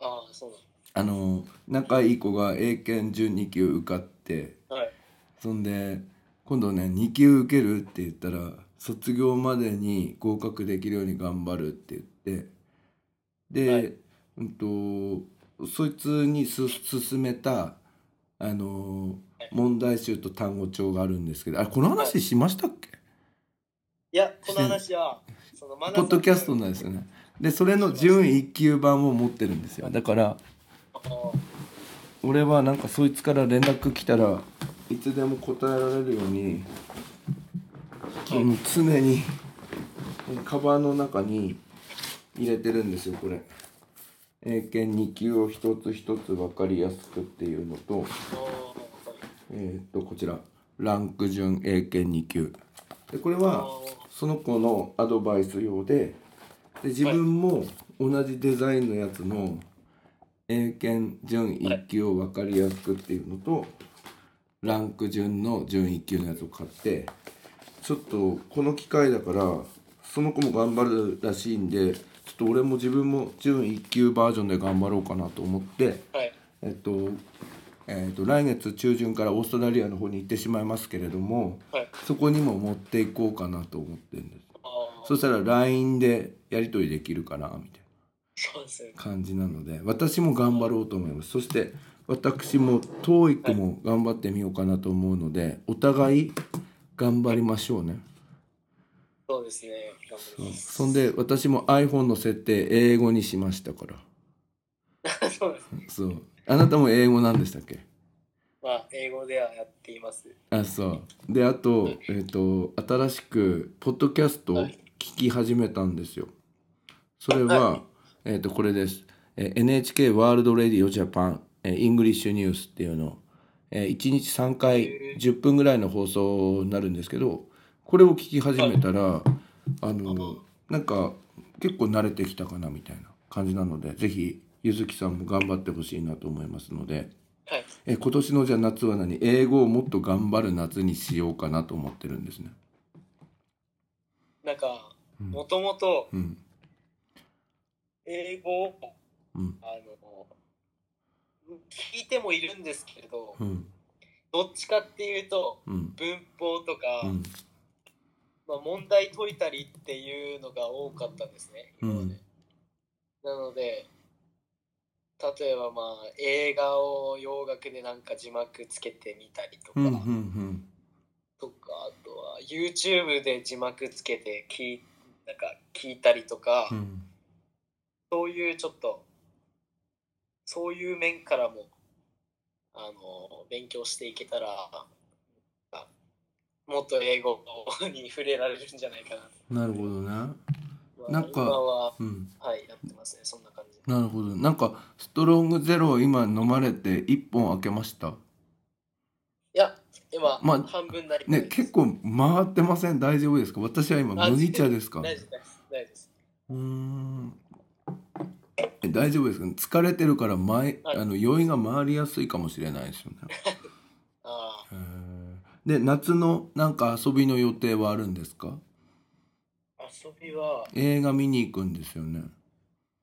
[SPEAKER 3] ああそう
[SPEAKER 2] あの仲いい子が英検12級受かって
[SPEAKER 3] なのはい
[SPEAKER 2] そんで今度ね2級受けるって言ったら卒業までに合格できるように頑張るって言ってで、
[SPEAKER 3] はい
[SPEAKER 2] うんとそいつにす進めたあの
[SPEAKER 3] はい
[SPEAKER 2] 問題集と単語帳があるんですけどあれこの話しましたっけ、
[SPEAKER 3] いやこの話はそのマナさん
[SPEAKER 2] ポッドキャストなんですよね。でそれの準1級版を持ってるんですよだから
[SPEAKER 3] あー
[SPEAKER 2] 俺はなんかそいつから連絡来たらいつでも答えられるようにあの常にカバンの中に入れてるんですよこれ英検2級を一つ一つ分かりやすくっていうのと
[SPEAKER 3] あー
[SPEAKER 2] えーっとこちらランク順英検2級でこれ
[SPEAKER 3] あ
[SPEAKER 2] は
[SPEAKER 3] ー
[SPEAKER 2] その子のアドバイス用でで自分も同じデザインのやつの英検準1級を分かりやすくっていうのとランク順の準1級のやつを買ってちょっとこの機会だからその子も頑張るらしいんでちょっと俺も自分も準1級バージョンで頑張ろうかなと思って。
[SPEAKER 3] はい
[SPEAKER 2] えっと、えっと、来月中旬からオーストラリアの方に行ってしまいますけれども、
[SPEAKER 3] はい
[SPEAKER 2] そこにも持っていこうかなと思ってるんです。
[SPEAKER 3] あー
[SPEAKER 2] そしたら LINE でやり取りできるかな、みたい
[SPEAKER 3] そうですね
[SPEAKER 2] な感じなので、私も頑張ろうと思います。そして、私も TOEIC も頑張ってみようかなと思うので、お互い頑張りましょうね。
[SPEAKER 3] そうですね頑張ります
[SPEAKER 2] そんで、私も iPhone の設定英語にしましたから。
[SPEAKER 3] そうですね
[SPEAKER 2] そう。あなたも英語なんでしたっけ
[SPEAKER 3] まあ英語ではやっています
[SPEAKER 2] あそうであと,、えっと新しくポッドキャストを聞き始めたんですよ。それは、えっとこれです。えー NHK ワールドレディオジャパン、えー、イングリッシュニュースっていうのを、えー1日3回10分ぐらいの放送になるんですけどこれを聞き始めたら、あのなんか結構慣れてきたかなみたいな感じなのでぜひゆずきさんも頑張ってほしいなと思いますので。
[SPEAKER 3] はい
[SPEAKER 2] え今年のじゃあ夏は何英語をもっと頑張る夏にしようかなと思ってるんですね。
[SPEAKER 3] なんか
[SPEAKER 2] うん
[SPEAKER 3] もともと
[SPEAKER 2] うん
[SPEAKER 3] 英語を
[SPEAKER 2] うん
[SPEAKER 3] あの聞いてもいるんですけれど
[SPEAKER 2] うん
[SPEAKER 3] どっちかっていうと
[SPEAKER 2] うん
[SPEAKER 3] 文法とか、
[SPEAKER 2] うん
[SPEAKER 3] まあ、問題解いたりっていうのが多かったんですね、今まで。なので、例えばまあ映画を洋楽でなんか字幕つけてみたりとか、
[SPEAKER 2] うんうんうん
[SPEAKER 3] とかあとは YouTube で字幕つけて聞いなんか聞いたりとか、
[SPEAKER 2] うん
[SPEAKER 3] そういうちょっと、そういう面からも、あの、勉強していけたら、あもっと英語に触れられるんじゃないかな
[SPEAKER 2] なるほどね。
[SPEAKER 3] と。
[SPEAKER 2] なんか
[SPEAKER 3] 今は、
[SPEAKER 2] うん
[SPEAKER 3] はい、やってますね、そんな感じ。
[SPEAKER 2] なるほど。なんかストロングゼロを今飲まれて一本開けました。
[SPEAKER 3] いや、今、
[SPEAKER 2] まあ
[SPEAKER 3] 半分なり
[SPEAKER 2] ね結構回ってません。大丈夫ですか。私は今
[SPEAKER 3] あ
[SPEAKER 2] 麦茶ですか。
[SPEAKER 3] 大丈夫です、大丈夫です。
[SPEAKER 2] うーんえ大丈夫ですか。疲れてるから前
[SPEAKER 3] はい
[SPEAKER 2] あの酔いが回りやすいかもしれないですよね。
[SPEAKER 3] あ
[SPEAKER 2] へーで夏のなんか遊びの予定はあるんですか
[SPEAKER 3] あ、遊びは、
[SPEAKER 2] 映画見に行くんですよね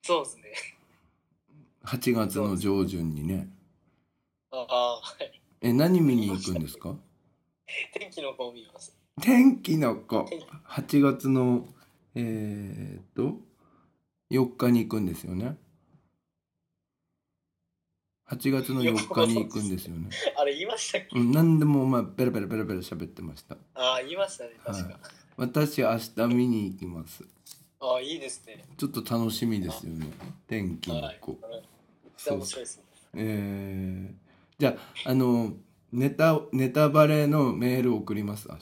[SPEAKER 3] そうですね。
[SPEAKER 2] 8月の上旬にね
[SPEAKER 3] ああ、はい。
[SPEAKER 2] え何見に行くんですか
[SPEAKER 3] 天気の子を見ます。
[SPEAKER 2] 天気の子
[SPEAKER 3] 天気
[SPEAKER 2] 8月のえーっと4日に行くんですよね8月の4日に行くんですよね、
[SPEAKER 3] あれ、言いましたっけ
[SPEAKER 2] うん、何でもお前ペラペラペラペラ喋ってました
[SPEAKER 3] ああ、言いましたね、確か。
[SPEAKER 2] 私明日見に行きます
[SPEAKER 3] ああ、いいですね。
[SPEAKER 2] ちょっと楽しみですよね天気の
[SPEAKER 3] はい。
[SPEAKER 2] 子
[SPEAKER 3] じゃ面白いですね。
[SPEAKER 2] えーじゃああのネタネタバレのメール送ります明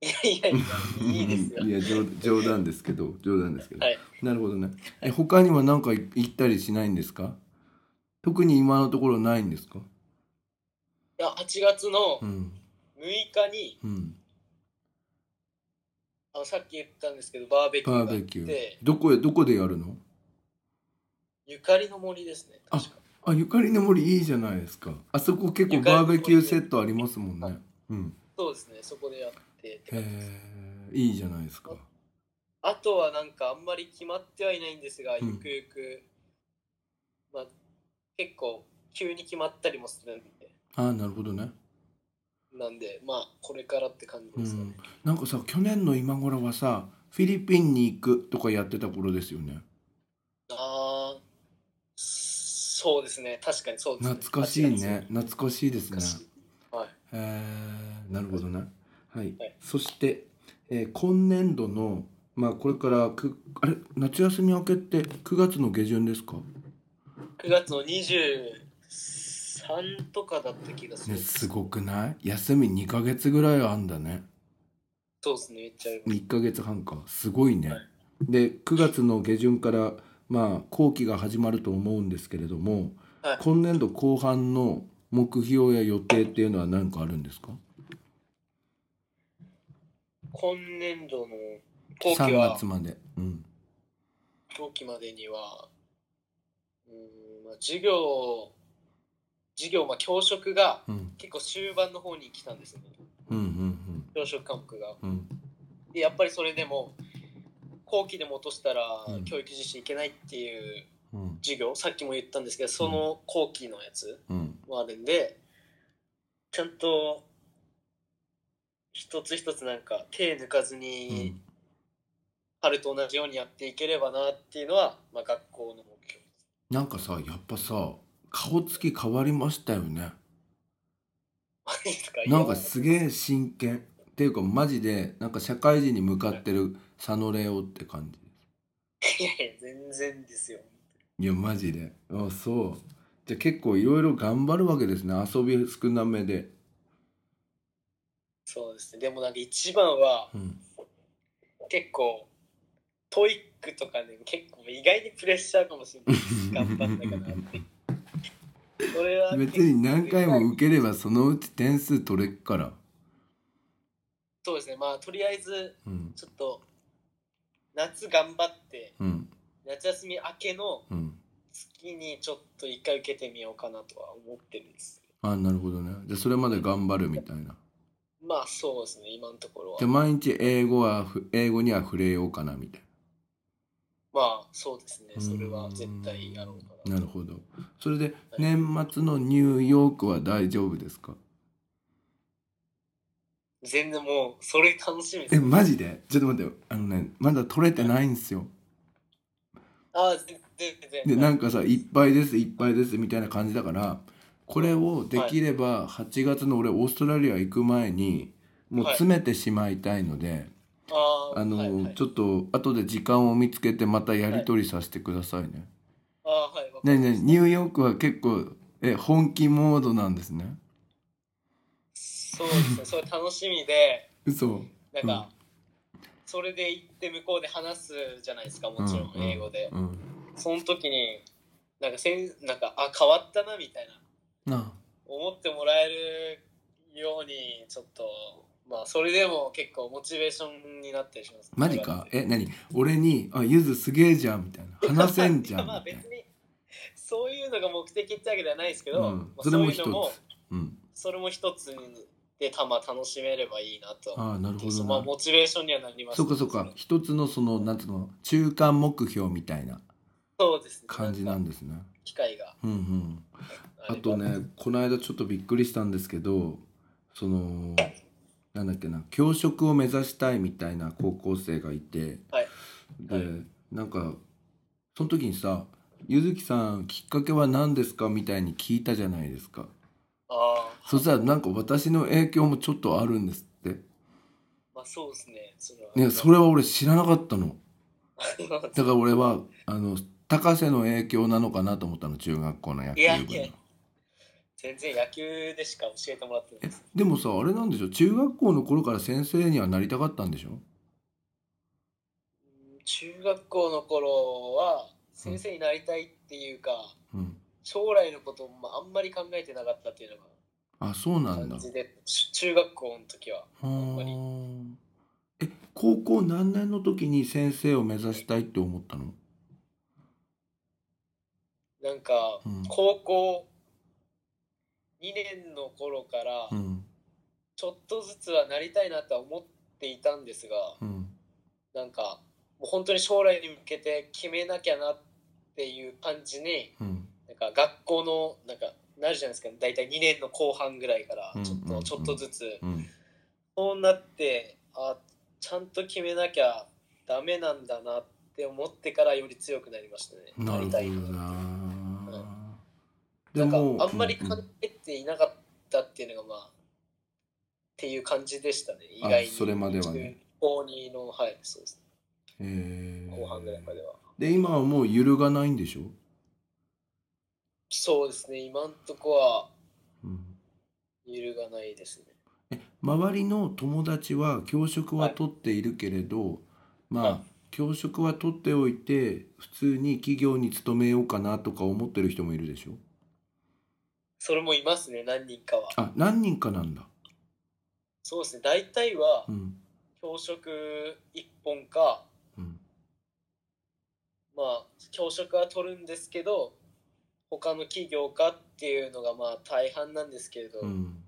[SPEAKER 3] いやいやいや、
[SPEAKER 2] 日
[SPEAKER 3] いいですよ。
[SPEAKER 2] いや冗冗談ですけど冗談ですけど、
[SPEAKER 3] はい。
[SPEAKER 2] なるほどねえ他には何かい行ったりしないんですか特に今のところないんですか
[SPEAKER 3] いや、8月の
[SPEAKER 2] うん
[SPEAKER 3] 6日に、
[SPEAKER 2] うん
[SPEAKER 3] あのさっき言ったんですけど、バーベキュ
[SPEAKER 2] バ
[SPEAKER 3] ーがあ
[SPEAKER 2] ー
[SPEAKER 3] っ
[SPEAKER 2] ベキュー
[SPEAKER 3] て、
[SPEAKER 2] どこへどこでやるの
[SPEAKER 3] ゆかりの森ですね、確か。
[SPEAKER 2] あゆかりの森いいじゃないですかあそこ結構
[SPEAKER 3] ゆかりの
[SPEAKER 2] バー
[SPEAKER 3] 森
[SPEAKER 2] ベキューセットありますもんねうん
[SPEAKER 3] そうですね、そこでやってって
[SPEAKER 2] へ
[SPEAKER 3] 感じです。
[SPEAKER 2] えいいじゃないですか
[SPEAKER 3] あとはなんかあんまり決まってはいないんですが、
[SPEAKER 2] うん
[SPEAKER 3] ゆくゆく、まあ、結構急に決まったりもするんで、
[SPEAKER 2] あなるほどね
[SPEAKER 3] なんで、まあ、これからって感じ
[SPEAKER 2] う
[SPEAKER 3] ですかね。
[SPEAKER 2] ん、なんかさ去年の今頃はさフィリピンに行くとかやってた頃ですよね
[SPEAKER 3] ああ、そうですね、確かにそうですね。
[SPEAKER 2] 懐かしい
[SPEAKER 3] 8
[SPEAKER 2] ね懐かしいです
[SPEAKER 3] 月。
[SPEAKER 2] ね
[SPEAKER 3] 懐かしい。はい。
[SPEAKER 2] へえなるほどねはい、
[SPEAKER 3] はい
[SPEAKER 2] そして、えー今年度のまあこれからくあれ夏休み明けって9月の下旬ですか
[SPEAKER 3] 9月の23とかだった気がする、
[SPEAKER 2] ねすごくない休み2ヶ月ぐらいあんだね
[SPEAKER 3] そうですねめっちゃ
[SPEAKER 2] 1ヶ月半かすごいね、
[SPEAKER 3] はい
[SPEAKER 2] で9月の下旬からまあ後期が始まると思うんですけれども、
[SPEAKER 3] はい
[SPEAKER 2] 今年度後半の目標や予定っていうのは何かあるんですか
[SPEAKER 3] 今年度の後期
[SPEAKER 2] 3
[SPEAKER 3] は
[SPEAKER 2] 月まで、うん、
[SPEAKER 3] 後期までにはうーん、まあ、授業授業まあ教職が
[SPEAKER 2] うん
[SPEAKER 3] 結構終盤の方に来たんですよね
[SPEAKER 2] うん
[SPEAKER 3] 教職科目が
[SPEAKER 2] うんうん
[SPEAKER 3] でやっぱりそれでも後期でも落としたら
[SPEAKER 2] うん
[SPEAKER 3] 教育実習いけないっていう
[SPEAKER 2] うん
[SPEAKER 3] 授業、さっきも言ったんですけどその後期のやつ
[SPEAKER 2] うん
[SPEAKER 3] もあるんでちゃんと一つ一つなんか手抜かず
[SPEAKER 2] う
[SPEAKER 3] に
[SPEAKER 2] ん
[SPEAKER 3] 春と同じようにやっていければなっていうのは、まあ、学校の目標
[SPEAKER 2] なんかさやっぱさ顔つき変わりましたよね
[SPEAKER 3] マジですか
[SPEAKER 2] なんかすげえ真剣っていうかマジでなんか社会人に向かってる佐野レオって感じ
[SPEAKER 3] いやいや全然ですよ
[SPEAKER 2] いやマジであそうじゃあ結構いろいろ頑張るわけですね遊び少なめで
[SPEAKER 3] そうですねでもなんか一番は
[SPEAKER 2] うん
[SPEAKER 3] 結構トイックとかね結構意外にプレッシャーかもしれないです頑張ったかなってそれは
[SPEAKER 2] 別に何回も受ければそのうち点数取れっから
[SPEAKER 3] そうですねまあとりあえず
[SPEAKER 2] うん
[SPEAKER 3] ちょっと夏頑張って
[SPEAKER 2] うん
[SPEAKER 3] 夏休み明けの
[SPEAKER 2] うん
[SPEAKER 3] 月にちょっと一回受けてみようかなとは思ってるんです
[SPEAKER 2] あなるほどねじゃあそれまで頑張るみたいな
[SPEAKER 3] まあそうですね今のところは
[SPEAKER 2] じゃあ毎日英語はふ英語には触れようかなみたいな
[SPEAKER 3] まあそうですねそれは絶対やろうかな
[SPEAKER 2] なるほどそれで年末のニューヨークは大丈夫ですか
[SPEAKER 3] 全然もうそれ楽しみです
[SPEAKER 2] えマジでちょっと待ってよあのねまだ取れてないんですよ
[SPEAKER 3] あ全然全然
[SPEAKER 2] でなんかさ「いっぱいですいっぱいです」みたいな感じだからこれをできれば8月の俺オーストラリア行く前にもう
[SPEAKER 3] はい
[SPEAKER 2] 詰めてしまいたいので、
[SPEAKER 3] あー
[SPEAKER 2] あの、
[SPEAKER 3] はいはい
[SPEAKER 2] ちょっと後で時間を見つけてまたやり取りさせてくださいね。
[SPEAKER 3] あーはいわか
[SPEAKER 2] ねえ
[SPEAKER 3] りま
[SPEAKER 2] ねえ
[SPEAKER 3] した
[SPEAKER 2] ニューヨークは結構え本気モードなんですね。
[SPEAKER 3] そうですねそれ楽しみで
[SPEAKER 2] 嘘
[SPEAKER 3] なんか、それで行って向こうで話すじゃないですかもちろん
[SPEAKER 2] うんうん
[SPEAKER 3] 英語で、
[SPEAKER 2] うん
[SPEAKER 3] その時になんかせんなんかあ変わったなみたいな
[SPEAKER 2] な
[SPEAKER 3] 思ってもらえるようにちょっとまあそれでも結構モチベーションになったりします、
[SPEAKER 2] マジかえ何俺に「あゆずすげえじゃん」みたいな「話せんじゃん」
[SPEAKER 3] いやまあ
[SPEAKER 2] みたい
[SPEAKER 3] 別にそういうのが目的ってわけではないですけど、
[SPEAKER 2] うん
[SPEAKER 3] まあ
[SPEAKER 2] それも
[SPEAKER 3] そういうのも
[SPEAKER 2] 一な。うん、
[SPEAKER 3] それも一つでたまあ楽しめればいいなとは
[SPEAKER 2] ああなるほど
[SPEAKER 3] まあ
[SPEAKER 2] な。
[SPEAKER 3] モチベーションにはなります
[SPEAKER 2] そうかそうか一つのそのなんていうの中間目標みたいな
[SPEAKER 3] そうですね
[SPEAKER 2] 感じなんですね。
[SPEAKER 3] 機会が
[SPEAKER 2] うんうん、
[SPEAKER 3] あ
[SPEAKER 2] あ
[SPEAKER 3] れば
[SPEAKER 2] とねこの間ちょっとびっくりしたんですけどそのなんだっけな教職を目指したいみたいな高校生がいて、
[SPEAKER 3] はい
[SPEAKER 2] で、
[SPEAKER 3] はい
[SPEAKER 2] なんかその時にさ「ゆずきさんきっかけは何ですか?」みたいに聞いたじゃないですか。
[SPEAKER 3] ああ
[SPEAKER 2] そしたらなんか私の影響もちょっとあるんですって。
[SPEAKER 3] まあそうですねそれは
[SPEAKER 2] ね、それは俺知らなかったの。だ
[SPEAKER 3] れ
[SPEAKER 2] から俺はあの高瀬の影響なのかなと思ったの中学校の野球
[SPEAKER 3] いや
[SPEAKER 2] 部
[SPEAKER 3] いや
[SPEAKER 2] の。
[SPEAKER 3] 全然野球でしか教えてもらってない
[SPEAKER 2] え
[SPEAKER 3] です
[SPEAKER 2] でもさあれなんでしょ中学校の頃から先生にはなりたかったんでしょ
[SPEAKER 3] 中学校の頃は先生になりたいっていうか、
[SPEAKER 2] うん。
[SPEAKER 3] 将来のこともあんまり考えてなかったっていうの
[SPEAKER 2] あそうな
[SPEAKER 3] が
[SPEAKER 2] んだ。
[SPEAKER 3] 感
[SPEAKER 2] は
[SPEAKER 3] じでち中学校の時は
[SPEAKER 2] あ
[SPEAKER 3] んまり
[SPEAKER 2] ー。え高校何年の時に先生を目指したいって思ったの
[SPEAKER 3] なんか
[SPEAKER 2] うん
[SPEAKER 3] 高校2年の頃から
[SPEAKER 2] うん
[SPEAKER 3] ちょっとずつはなりたいなとは思っていたんですが、
[SPEAKER 2] うん
[SPEAKER 3] なんかもう本当に将来に向けて決めなきゃなっていう感じに
[SPEAKER 2] うん
[SPEAKER 3] なんか学校のなんかなるじゃないですか大体2年の後半ぐらいから
[SPEAKER 2] うん
[SPEAKER 3] ちょっと、
[SPEAKER 2] うんうん
[SPEAKER 3] ちょっとずつ、
[SPEAKER 2] うん
[SPEAKER 3] そうなってあちゃんと決めなきゃダメなんだなって思ってからより強くなりましたね
[SPEAKER 2] なるほ
[SPEAKER 3] な
[SPEAKER 2] ど
[SPEAKER 3] りたい
[SPEAKER 2] な。
[SPEAKER 3] な
[SPEAKER 2] で
[SPEAKER 3] ん
[SPEAKER 2] も
[SPEAKER 3] かあんまり
[SPEAKER 2] うんうん
[SPEAKER 3] 考えていなかったっていうのがまあっていう感じでしたね意外に
[SPEAKER 2] それまではね
[SPEAKER 3] 中高二のはいそうです
[SPEAKER 2] えー
[SPEAKER 3] 後半ぐらいまでは。
[SPEAKER 2] で今はもう揺るがないんでしょ、
[SPEAKER 3] そうですね、今んとこは
[SPEAKER 2] うん、
[SPEAKER 3] 揺るがないですね。
[SPEAKER 2] 周りの友達は教職は取っているけれど、ま
[SPEAKER 3] は
[SPEAKER 2] あ教職は取っておいて普通に企業に勤めようかなとか思ってる人もいるでしょ
[SPEAKER 3] それもいますね、何人かは。
[SPEAKER 2] あ何人かなんだ
[SPEAKER 3] そうですね、大体は
[SPEAKER 2] うん
[SPEAKER 3] 教職1本か、
[SPEAKER 2] うん
[SPEAKER 3] まあ、教職は取るんですけど、他の企業かっていうのがまあ大半なんですけれど、
[SPEAKER 2] う
[SPEAKER 3] い
[SPEAKER 2] ん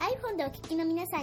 [SPEAKER 1] iPhone でお聞きの皆さ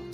[SPEAKER 1] も